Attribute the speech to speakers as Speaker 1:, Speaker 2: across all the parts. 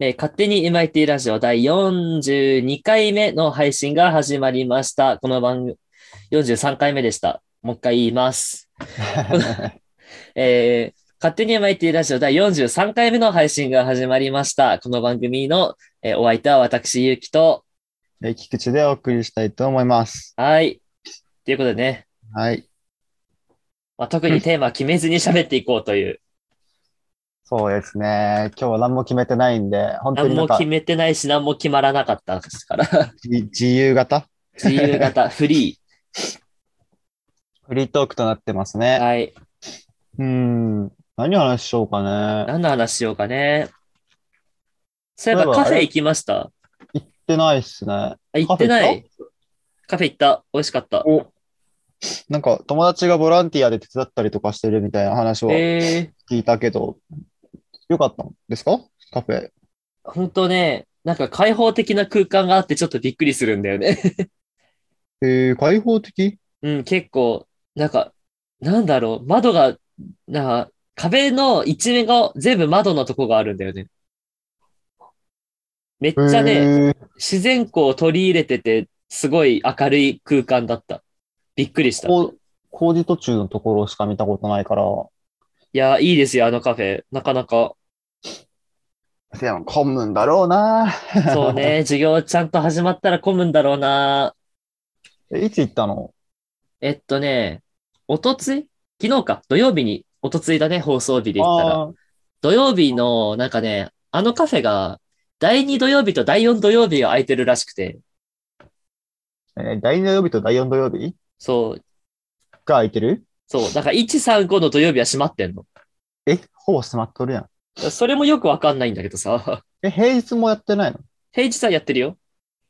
Speaker 1: えー勝手に MIT ラジオ第42回目の配信が始まりました。この番組、43回目でした。もう一回言い ます。えー勝手に MIT ラジオ第43回目の配信が始まりました。この番組の、えーお相手は私、ゆうきと、
Speaker 2: え菊池でお送りしたいと思います。
Speaker 1: はい。ということでね、
Speaker 2: はい。
Speaker 1: まあ、特にテーマは決めずに喋っていこうという、
Speaker 2: そうですね。今日は何も決めてないんで、本当
Speaker 1: 何
Speaker 2: になん
Speaker 1: も
Speaker 2: か
Speaker 1: 決めてないし、何も決まらなかったですから、
Speaker 2: じ自由型
Speaker 1: 自由型、フ リ
Speaker 2: フリートークとなってます
Speaker 1: ー。
Speaker 2: ね。
Speaker 1: はい。
Speaker 2: うん。何話しようかね。
Speaker 1: 何の話しようかね。そういえ
Speaker 2: そう
Speaker 1: ば
Speaker 2: いえば
Speaker 1: カフ
Speaker 2: あ
Speaker 1: ェ
Speaker 2: れ
Speaker 1: 行きました。
Speaker 2: 行ってないっすね。
Speaker 1: あ、行ってないカフェ行った。美味しかった。
Speaker 2: おなんか友達がボランティアで手伝ったりとかしてるみたいな話を聞
Speaker 1: え
Speaker 2: いたけど、よかったんですかカフェ。
Speaker 1: ー、本当ね、なんか開放的な空間があってちょっとびっくりするんだよね。
Speaker 2: えー、開放的
Speaker 1: うん、結構、なんか、なんだろう、窓が、なんか、壁の一面が全部窓のとこがあるんだよね。めっちゃね、
Speaker 2: えー
Speaker 1: 自然光を取り入れてて、すごい明るい空間だった。びっくりした。い
Speaker 2: こう工事途中のところしか見たことないから、
Speaker 1: や、いいですよ、あのカフェ。なかなか。
Speaker 2: でも混むんだろうな。
Speaker 1: そうね、 授業ちゃんと始まったら混むんだろうな。
Speaker 2: えいつ行ったの
Speaker 1: えっとね、おとつい昨日か、土曜日に、おとついだね、放送日で言ったら。
Speaker 2: あー
Speaker 1: 土曜日の、なんかね、あのカフェが、第2土曜日と第4土曜日が空いてるらしくて、
Speaker 2: えー第2土曜日と第4土曜日
Speaker 1: そう、
Speaker 2: が空いてる
Speaker 1: そう、だから1、3、5の土曜日は閉まってんの。
Speaker 2: え、ほぼ閉まっとるやん。
Speaker 1: それもよくわかんないんだけどさ、
Speaker 2: え、平日もやってないの
Speaker 1: 平日はやってるよ。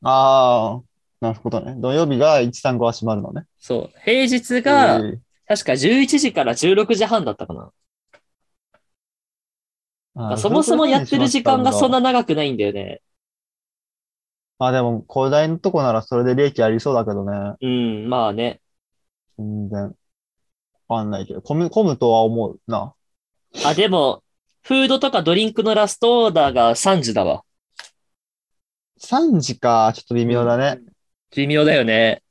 Speaker 2: ああ、なるほどね。土曜日が1、3、5は閉まるのね。
Speaker 1: そう、平日が
Speaker 2: え、ー
Speaker 1: 確か11時から16時半だったかな。
Speaker 2: あ
Speaker 1: ま
Speaker 2: ー
Speaker 1: あそもそもやってる時間がそんな。長くないんだよね。
Speaker 2: あ、でも、広大のとこならそれで利益ありそうだけどね。
Speaker 1: うん、まあね。
Speaker 2: 全然。わかんないけど。混む、混むとは思うな。
Speaker 1: あ、でも、フードとかドリンクのラストオーダーが3時だわ。
Speaker 2: 3時か、ちょっと微妙だね。
Speaker 1: 微妙だよね。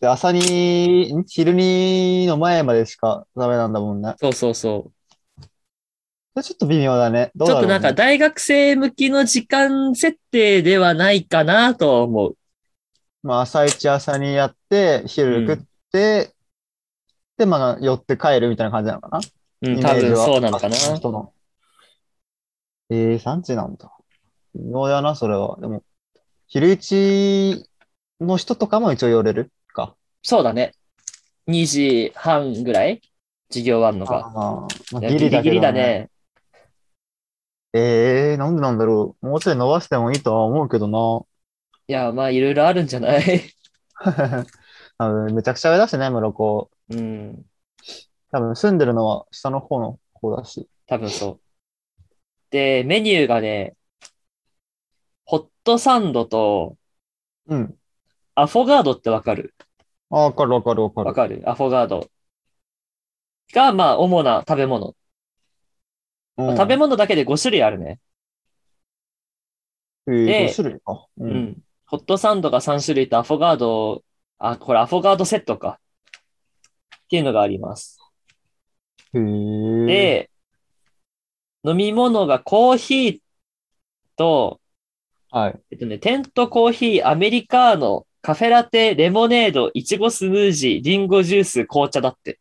Speaker 2: で朝に、ん昼にの前までしかダメなんだもんね。
Speaker 1: そうそうそう。
Speaker 2: でちょっと微妙だね。どう
Speaker 1: ち
Speaker 2: だ
Speaker 1: ょっ
Speaker 2: ろ
Speaker 1: と
Speaker 2: う
Speaker 1: な
Speaker 2: ね
Speaker 1: んか大学生向きの時間設定ではないかなとは思う。
Speaker 2: まあ、朝一朝にやって、昼食って、で、まあ、寄って帰るみたいな感じなのかな
Speaker 1: うん、
Speaker 2: イ
Speaker 1: 多
Speaker 2: メージ
Speaker 1: 分
Speaker 2: は
Speaker 1: そうなのかな。
Speaker 2: あ人の。えー、3時なんだ。微妙だな、それは。でも、昼一の人とかも一応寄れるか。
Speaker 1: そうだね。2時半ぐらい授業あるの
Speaker 2: あ
Speaker 1: が。
Speaker 2: ーまあ、
Speaker 1: いやギリギリだね。
Speaker 2: えー、なんでなんだろう。もうちょい伸ばしてもいいとは思うけど
Speaker 1: いや、まあいろいろあるんじゃない
Speaker 2: な。 多分、めちゃくちゃ上だしね、室子。
Speaker 1: うん、
Speaker 2: 多分、住んでるのは下の方の方だし。
Speaker 1: 多分そう。で、メニューがね、ホットサンドと
Speaker 2: うん。
Speaker 1: アフォガードってわかる
Speaker 2: あー、わかるわかるわかる
Speaker 1: わ。かるアフォガード。が、まあ主な食べ物。
Speaker 2: うん
Speaker 1: 食べ物だけで5種類あるね。
Speaker 2: えー
Speaker 1: で
Speaker 2: 5種類か。う。
Speaker 1: うんん。ホットサンドが3種類とアフォガード、あ、これアフォガードセットか。っていうのがあります。
Speaker 2: へえ。
Speaker 1: で、飲み物がコーヒーと、
Speaker 2: はい。
Speaker 1: えっとね、テントコーヒー、アメリカーノ、カフェラテ、レモネード、いちごスムージー、リンゴジュース、紅茶だって。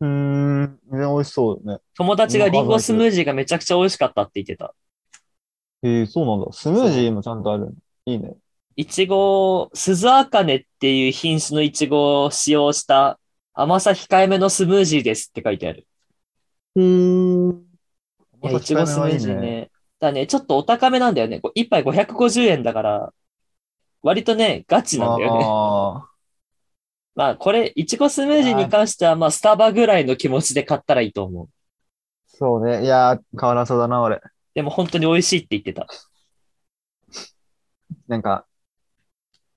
Speaker 2: うーん、ね、美味しそうだね。
Speaker 1: 友達がリンゴスムージーがめちゃくちゃ美味しかったって言ってた。
Speaker 2: へえ、そうなんだ。スムージーもちゃんとある。いいね。
Speaker 1: いちご、鈴あかねっていう品種のいちごを使用した甘さ控えめのスムージーですって書いてある。
Speaker 2: うーん。
Speaker 1: いや、いちごスムージー。ね。だね、ちょっとお高めなんだよね。こう1杯550円だから、割とね、ガチなんだよね。
Speaker 2: ああ。
Speaker 1: まあ、これ、いちごスムージーに関しては、まあ、スタバぐらいの気持ちで買ったらいいと思う。
Speaker 2: そうね。いやー、変わらそうだな、俺。
Speaker 1: でも、本当に美味しいって言ってた。
Speaker 2: なんか、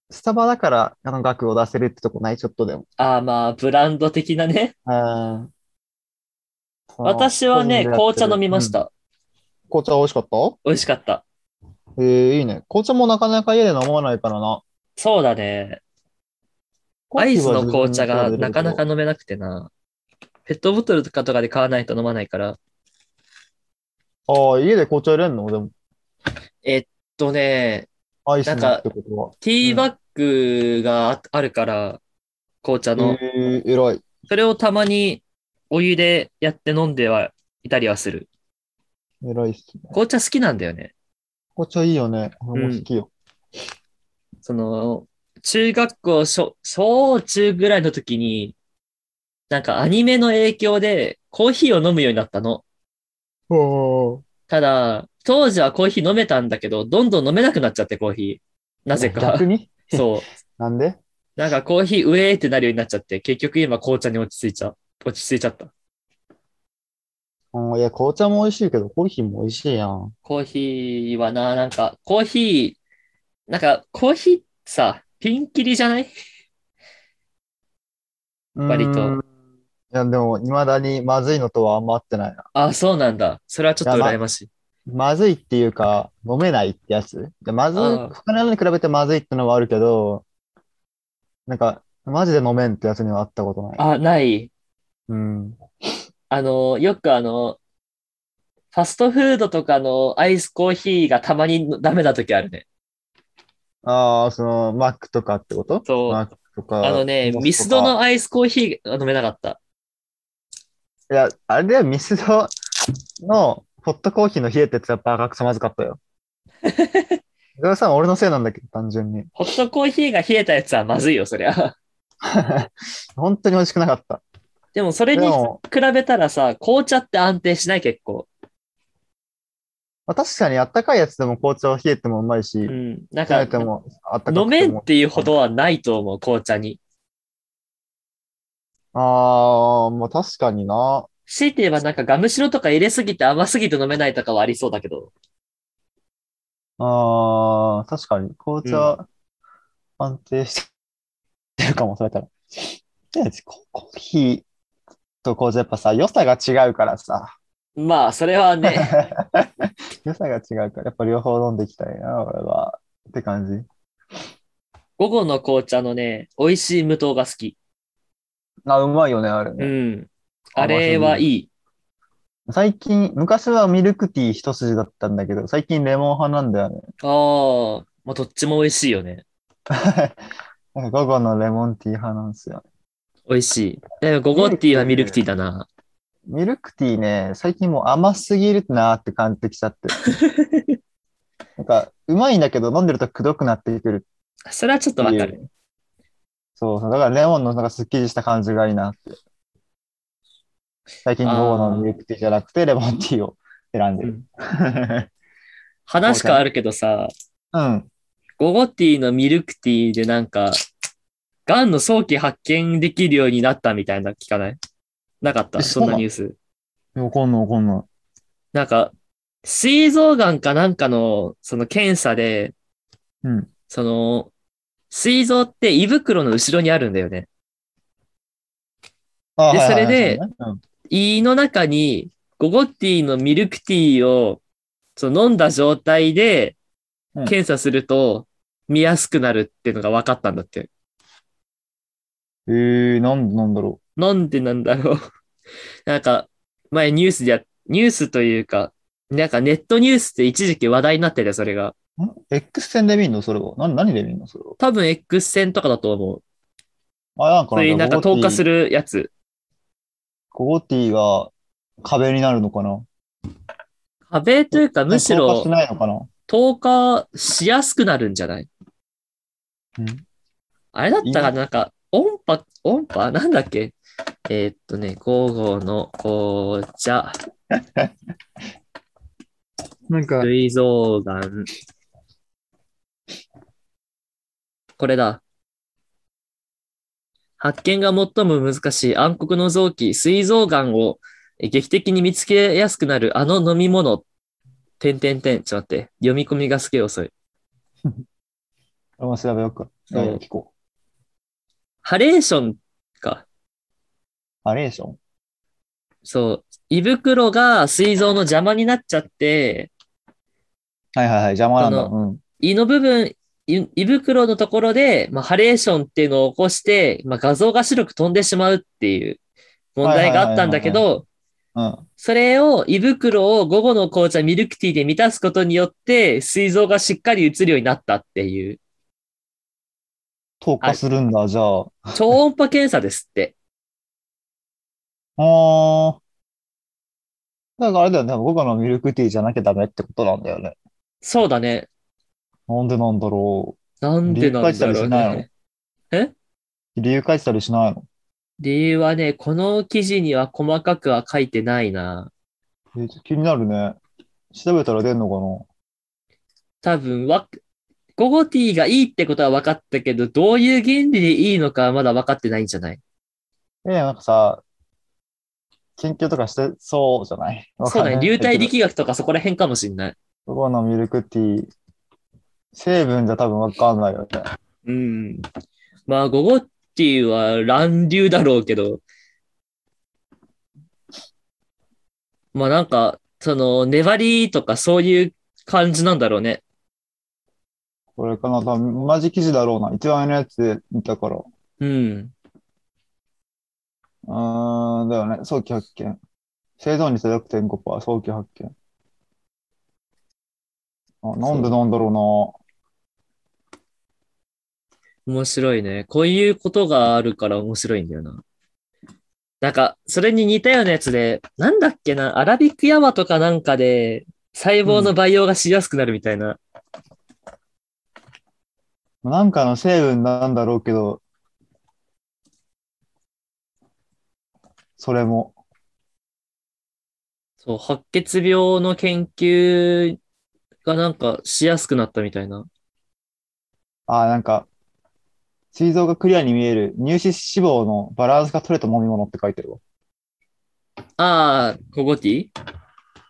Speaker 2: スタバだから、あの、額を出せるってとこないちょっとでも。
Speaker 1: ああ、まあ、ブランド的なね。
Speaker 2: うん。
Speaker 1: 私はね、紅茶飲みまし。た。
Speaker 2: 紅茶美味しかった
Speaker 1: 美味しかった。
Speaker 2: えー、いいね。紅茶もなかなか家で飲まないからな。
Speaker 1: そうだね。アイスの紅茶がなかなか飲めなくてな。ペットボトルとかとかで買わないと飲まないから。
Speaker 2: ああ、家で紅茶入れんのでも、
Speaker 1: えっとね、
Speaker 2: アイスの
Speaker 1: なんか
Speaker 2: ってことは。
Speaker 1: ティーバッグがああるから、紅茶の。
Speaker 2: えー、偉い。
Speaker 1: それをたまにお湯でやって飲んではいたりはする。
Speaker 2: 偉いっすね。
Speaker 1: 紅茶好きなんだよね。
Speaker 2: 紅茶いいよね。俺も好きよ。
Speaker 1: その、中学校、小、小中ぐらいの時に、なんかアニメの影響でコーヒーを飲むようになったの。
Speaker 2: おー
Speaker 1: ただ、当時はコーヒー飲めたんだけど、どんどん飲めなくなっちゃって、コーヒー。なぜか
Speaker 2: 逆。に
Speaker 1: そう。
Speaker 2: なんで
Speaker 1: なんかコーヒーうえーってなるようになっちゃって、結局今紅茶に落ち着いちゃう。落ち着いちゃった。
Speaker 2: うん、いや、紅茶も美味しいけど、コーヒーも美味しいやん。
Speaker 1: コーヒーはな、なんか、コーヒー、なんか、コーヒーさ、ピンキリじゃない 割と
Speaker 2: うーんいや、でも、未だにまずいのとはあんま合ってないな。
Speaker 1: あ、そうなんだ。それはちょっと羨ましい。
Speaker 2: まずいっていうか、飲めないってやつ。でまずい、
Speaker 1: ああ
Speaker 2: 他のに比べてまずいってのはあるけど、なんか、マジで飲めんってやつにはあったことない。
Speaker 1: あ、ない。
Speaker 2: うん。
Speaker 1: あの、よくあの、ファストフードとかのアイスコーヒーがたまにダメな時あるね。
Speaker 2: ああ、その、マックとかってこと
Speaker 1: そう
Speaker 2: マックとか。
Speaker 1: あのね、ミスド
Speaker 2: とか
Speaker 1: のアイスコーヒーが飲めなかった。
Speaker 2: いや、あれだよ、ミスドのホットコーヒーの冷えたやつはバカくそまず かったよ。伊沢さん、俺のせいなんだけど、単純に。
Speaker 1: ホットコーヒーが冷えたやつはまずいよ、そり ゃ。
Speaker 2: 本当に美味しくなかった。
Speaker 1: でもそれ
Speaker 2: で
Speaker 1: に
Speaker 2: も、
Speaker 1: 比べたらさ、紅茶って安定しない結構。
Speaker 2: まあ、確かにあったかいやつでも紅茶は冷えてもうまいし、
Speaker 1: う
Speaker 2: 冷
Speaker 1: ん。なんか
Speaker 2: え、てもあったかくても。
Speaker 1: 飲めんっていうほどはないと思う、紅茶に。
Speaker 2: ああ、まあ確かにな。
Speaker 1: 強いて言えばなんかガムシロとか入れすぎて甘すぎて飲めないとかはありそうだけど。
Speaker 2: ああ、確かに。紅茶、安定してるかも、それから。でココーヒーと紅茶やっぱさ、良さが違うからさ。
Speaker 1: まあ、それは ね、
Speaker 2: 良さが違うから、やっぱ両方飲んでいきたいな、俺は。って感じ。
Speaker 1: 午後の紅茶のね、美味しい無糖が好き。
Speaker 2: あ、うまいよね、あれ
Speaker 1: う
Speaker 2: ね。
Speaker 1: ん。あれはいい。
Speaker 2: 最近、昔はミルクティー一筋だったんだけど、最近レモン派なんだよね。
Speaker 1: ああ、まあ、どっちも美味しいよね。
Speaker 2: なんか午後のレモンティー派なんですよ。
Speaker 1: 美味しい。でも、ゴゴティーはミルクティーだな。
Speaker 2: ミルクティーね、最近もう甘すぎるなーって感じてきちゃって。 なんか、うまいんだけど、飲んでるとくどくなってくる
Speaker 1: それはちょっと
Speaker 2: っ
Speaker 1: わ
Speaker 2: てい
Speaker 1: かる。
Speaker 2: う。そうそう、だからレモンのなんかすっきりした感じがいいなって。最近
Speaker 1: あー
Speaker 2: 午後のミルクティーじゃなくて、レモンティーを選んで
Speaker 1: う
Speaker 2: る。
Speaker 1: ん話変わるけどさ、
Speaker 2: うん。
Speaker 1: ゴゴティーのミルクティーでなんか、がんの早期発見できるようになったみたいな聞かないなかった
Speaker 2: え
Speaker 1: そんなニュース。
Speaker 2: わかんないわかんない。
Speaker 1: なんか、膵臓がんかなんかの、その検査で、
Speaker 2: うん。
Speaker 1: その、膵臓って胃袋の後ろにあるんだよね。
Speaker 2: あー
Speaker 1: で
Speaker 2: はいはいはい
Speaker 1: それで
Speaker 2: そうねうん
Speaker 1: 胃の中に、ゴゴティーのミルクティーを、その飲んだ状態で、
Speaker 2: うん
Speaker 1: 検査すると、見やすくなるっていうのが分かったんだって。
Speaker 2: えー、なんでなんだろ
Speaker 1: なんでなんだろう。 なんか、前ニュースでや、ニュースというか、なんかネットニュースって一時期話題になってて、それが。
Speaker 2: う。ん ?X 線で見んのそれは。な何で見んのそれは。
Speaker 1: 多分 X 線とかだと思う。
Speaker 2: あ、なんか
Speaker 1: そういうなんか投下す
Speaker 2: る。
Speaker 1: るやつ。
Speaker 2: ゴゴティーが壁になるのかな
Speaker 1: 壁というか、むし
Speaker 2: 投下
Speaker 1: ろ
Speaker 2: しないのかな
Speaker 1: 投下しやすくなるんじゃない
Speaker 2: うん
Speaker 1: あれだったら
Speaker 2: いい
Speaker 1: なんか、音波、音波なんだっけえーっとね、午後の紅茶、
Speaker 2: なんか、
Speaker 1: 膵臓がん。これだ。発見が最も難しい暗黒の臓器、膵臓がんをえ劇的に見つけやすくなるあの飲み物。てんてんてん。ちょっと待って。読み込みがすげえ遅い。
Speaker 2: 俺も調べようか。
Speaker 1: うん
Speaker 2: 調べよう聞こ
Speaker 1: ハレーションか。
Speaker 2: う。ハレーション
Speaker 1: そう、胃袋が膵臓の邪魔になっちゃって、
Speaker 2: はいはいはい、邪魔なんだ。
Speaker 1: あ
Speaker 2: うん。
Speaker 1: 胃の部分、胃胃袋のところで、まあ、ハレーションっていうのを起こして、まあ、画像が白く飛んでしまうっていう問題があったんだけ
Speaker 2: は
Speaker 1: ど、
Speaker 2: うん。
Speaker 1: それを胃袋を午後の紅茶ミルクティーで満たすことによって、膵臓がしっかり映るようになったって いう、
Speaker 2: 透過するんだ、じゃあ。
Speaker 1: 超音波検査ですって。
Speaker 2: あー。だからあれだよね、僕のミルクティーじゃなきゃダメってことなんだよね。
Speaker 1: そうだね。
Speaker 2: なんでなんだろ
Speaker 1: なんでなんだろうね。
Speaker 2: う。理由書いてたりしないの
Speaker 1: 理由はね、この記事には細かくは書いてないな。
Speaker 2: え気になるね。調べたら出んのか
Speaker 1: 多分わ、ゴゴティーがいいってことは分かったけど、どういう原理でいいのかはまだ分かってないんじゃない
Speaker 2: なえ、なんかさ、研究とかしてそうじゃないわ
Speaker 1: そう
Speaker 2: かん
Speaker 1: だ
Speaker 2: ない
Speaker 1: ね。流体
Speaker 2: けど
Speaker 1: 力学とかそこら辺かもしんない。
Speaker 2: 午後のミルクティー、成分じゃ多分わかんないよね。
Speaker 1: うん。まあ、ゴゴティーは乱流だろうけど、まあなんか、その、粘りとかそういう感じなんだろうね。
Speaker 2: これかな多分同じ記事だろうな。一番上のやつで見たから。う
Speaker 1: うん。
Speaker 2: ーん、だよね。早期発見。生存率6.5%、早期発見。あ、なんでなんだろ
Speaker 1: 面白いね。こういうことがあるから面白いんだよな。なんか、それに似たようなやつで、なんだっけな、アラビックヤマとかなんかで、細胞の培養がしやすくなるみたいな。
Speaker 2: うな。なんかの成分なんだろうけど、それも。
Speaker 1: そう、白血病の研究がなんかしやすくなったみたいな。
Speaker 2: あ、なんか、膵臓がクリアに見える乳脂脂肪のバランスが取れた飲み物って書いてるわ。
Speaker 1: ああ、コゴティ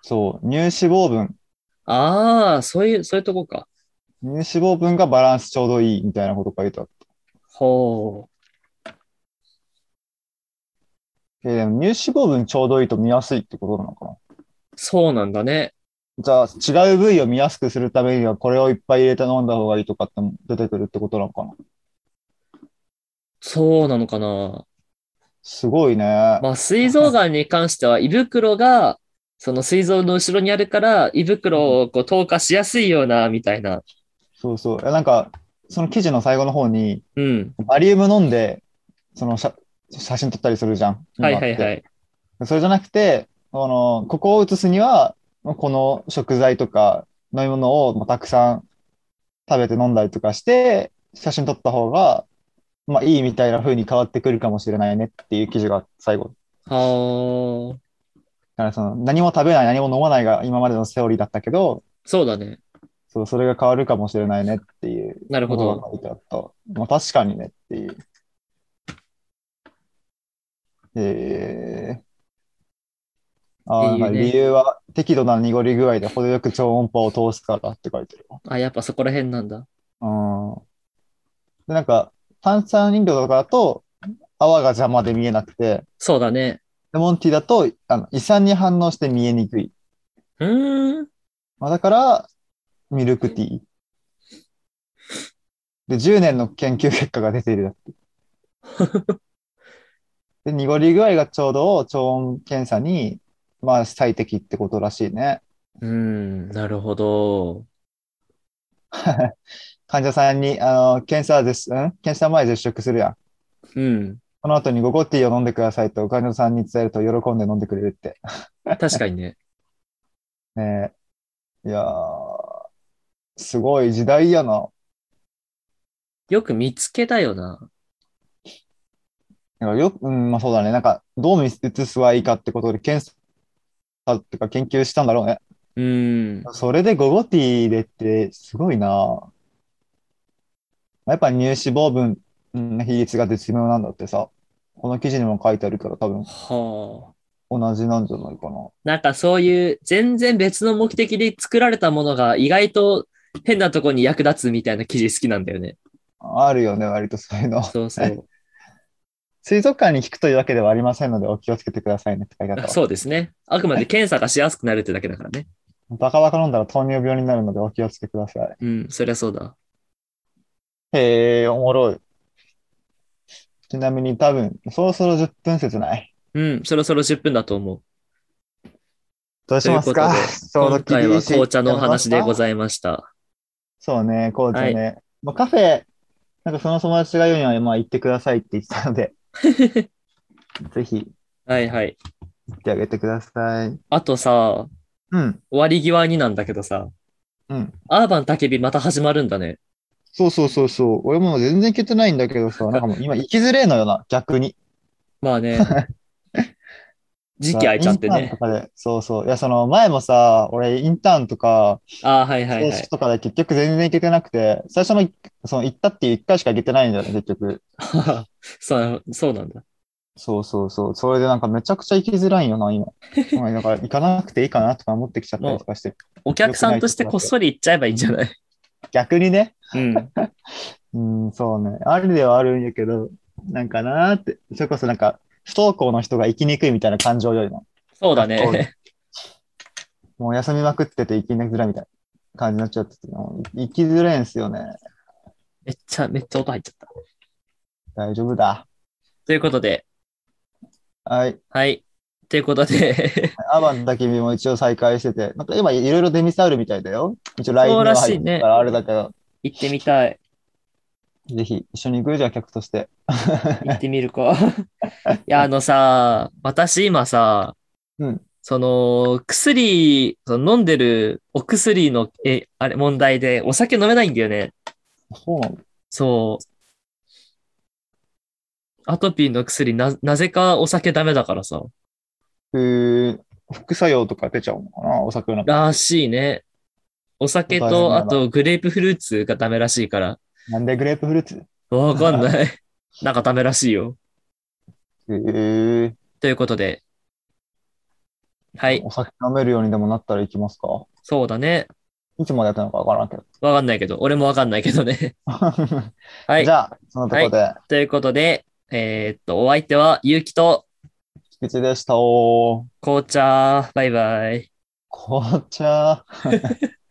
Speaker 2: そう、乳脂肪分。
Speaker 1: ああ、そういう、そういうとこか。
Speaker 2: 乳脂肪分がバランスちょうどいいみたいなこと書いてある。
Speaker 1: ほ
Speaker 2: えーでも乳脂肪分ちょうどいいと見やすいってことなのかな
Speaker 1: う。そうなんだね。
Speaker 2: じゃあ違う部位を見やすくするためにはこれをいっぱい入れて飲んだ方がいいとかって出てくるってことなのかな
Speaker 1: そうなのかな。
Speaker 2: すごいね。
Speaker 1: まあ、膵臓がんに関しては、胃袋が、その膵臓の後ろにあるから、胃袋をこう透過しやすいような、みたいな。
Speaker 2: そうそう。えなんか、その記事の最後の方に、
Speaker 1: うん。
Speaker 2: バリウム飲んで、その写写真撮ったりするじゃん。
Speaker 1: はいはいは
Speaker 2: 今っ
Speaker 1: い。
Speaker 2: てそれじゃなくて、あの、ここを写すには、この食材とか飲み物をまあたくさん食べて飲んだりとかして、写真撮った方が、まあいいみたいな風に変わってくるかもしれないねっていう記事が最後。
Speaker 1: はあ、
Speaker 2: だからその何も食べない、何も飲まないが今までのセオリーだったけど、
Speaker 1: そうだね。
Speaker 2: そうそれが変わるかもしれないねっていう
Speaker 1: なるほ
Speaker 2: こと
Speaker 1: ど。
Speaker 2: が書いてあった。まあ、確かにねっていう。えー、あーなんか
Speaker 1: っていうね
Speaker 2: 理由は適度な濁り具合で程よく超音波を通すからって書いてるわ。
Speaker 1: あ、やっぱそこら辺なんだ。
Speaker 2: うん。で、なんか炭酸飲料とかだと泡が邪魔で見えなくて、
Speaker 1: そうだね。
Speaker 2: レモンティーだとあの胃酸に反応して見えにくい。
Speaker 1: うーん。
Speaker 2: まあ、だから、ミルクティー。で、10年の研究結果が出ているだって。で、濁り具合がちょうど超音検査に、まあ、最適ってことらしいね。
Speaker 1: うーん、なるほど。
Speaker 2: 患者さんに、あの、検査です、ん検査前絶食するやん。
Speaker 1: うん。
Speaker 2: この後にゴゴティーを飲んでくださいと患者さんに伝えると喜んで飲んでくれるって。
Speaker 1: 確かにね。
Speaker 2: ねえ。いやー、すごい時代やな。
Speaker 1: よく見つけたよな。
Speaker 2: なんかよく、うん、まあそうだね。なんか、どう見移すはいいかってことで、検査っていうか研究したんだろうね。
Speaker 1: うーん。
Speaker 2: それでゴゴティーでって、すごいなまあやっぱ乳脂肪分うんの比率が絶妙なんだってさ、この記事にも書いてあるから多分
Speaker 1: はあ。
Speaker 2: 同じなんじゃないかな。
Speaker 1: なんかそういう全然別の目的で作られたものが意外と変なとこに役立つみたいな記事好きなんだよね。
Speaker 2: あるよね、割とそういうの。
Speaker 1: そうそう。
Speaker 2: 水族館に聞くというわけではありませんので、お気をつけてくださいねって書いてあったわ。
Speaker 1: そうですね。あくまで検査がしやすくなるってだけだからね。
Speaker 2: バカバカ飲んだら糖尿病になるのでお気をつけください。
Speaker 1: うん、そりゃそうだ。
Speaker 2: へえ、おもろい。ちなみに多分、そろそろ10分切ない。
Speaker 1: うん、そろそろ10分だと思う。
Speaker 2: どうします
Speaker 1: と
Speaker 2: か
Speaker 1: いう
Speaker 2: ちょうど
Speaker 1: 今回
Speaker 2: 厳
Speaker 1: は
Speaker 2: しい
Speaker 1: 紅茶のお話でございました。
Speaker 2: そうね、紅茶ね。まあ、カフェ、なんかその友達が言うには、まあ行ってくださいって言ってたの で、ぜひ
Speaker 1: はいはい。
Speaker 2: 行ってあげてください。
Speaker 1: あとさ、
Speaker 2: うん、
Speaker 1: 終わり際になんだけどさ、
Speaker 2: うん。
Speaker 1: アーバン焚き火また始まるんだね。
Speaker 2: そうそうそうそう。俺も全然聞けてないんだけどさ、なんかもう今行きづれえのよな、逆に。
Speaker 1: ま あね。時期空いちゃって
Speaker 2: インター
Speaker 1: ね。
Speaker 2: ンとかで、そうそう。いや、その前もさ、俺インターンとか、
Speaker 1: ああ、はいはい
Speaker 2: 正
Speaker 1: は
Speaker 2: 式
Speaker 1: い。
Speaker 2: とかで結局全然行けてなくて、最初の、その行ったっていう1回しか行けてないんだよね、結局。
Speaker 1: そう、そうなんだ。
Speaker 2: そうそうそう。それでなんかめちゃくちゃ行きづらいんよ な、今。まあだから行かなくていいかなとか思ってきちゃったりとかして。
Speaker 1: お客さんとしてこっそり行っちゃえばいいんじゃない
Speaker 2: 逆にね。
Speaker 1: うん。
Speaker 2: うん、そうね。あるではあるんやけど、なんかなーって。それこそなんか、不登校の人が行きにくいみたいな感情よりも、
Speaker 1: そうだ
Speaker 2: 学校に
Speaker 1: ね。
Speaker 2: もう休みまくってて行きづらいみたいな感じになっちゃってて、もう行きづらいんすよね。
Speaker 1: めっちゃ、めっちゃ音入っちゃった。
Speaker 2: 大丈夫だ。
Speaker 1: ということで、
Speaker 2: はい。
Speaker 1: はい。ということで、
Speaker 2: アバンだけも一応再開してて、なんか今いろいろ出店あるみたいだよ。一応 LINE
Speaker 1: そう
Speaker 2: には
Speaker 1: らし
Speaker 2: 入
Speaker 1: い
Speaker 2: っ
Speaker 1: ね
Speaker 2: てからあれだけど、
Speaker 1: 行ってみた い。
Speaker 2: ぜひ一緒に行くじゃん、客として。
Speaker 1: 行ってみる か。いや、あのさ、私今さ、
Speaker 2: うん
Speaker 1: その、薬、その飲んでるお薬の、え、あれ、問題で、お酒飲めないんだよね。
Speaker 2: そうなの
Speaker 1: そう。アトピーの薬、な、なぜかお酒ダメだからさ。
Speaker 2: ふ副作用とか出ちゃうのかな、お酒なんか。
Speaker 1: らしいね。お酒
Speaker 2: 大変だ
Speaker 1: と、
Speaker 2: な
Speaker 1: あと、グレープフルーツがダメらしいから。
Speaker 2: なんでグレープフルーツ
Speaker 1: わかん ない。なんかダメらしいよ。
Speaker 2: へー
Speaker 1: ということで。はい、
Speaker 2: お酒飲めるようにでもなったら行きますか。
Speaker 1: そうだね。
Speaker 2: いつまでやったのかわからんけ
Speaker 1: わかんないけど、俺もわかんないけどね。
Speaker 2: ど。
Speaker 1: はい
Speaker 2: じ。ゃあ、そのとこで、
Speaker 1: ということで、えーっと、お相手は、ゆうきと
Speaker 2: 菊池でしたおー。
Speaker 1: 紅茶。バイバイ。
Speaker 2: 紅茶。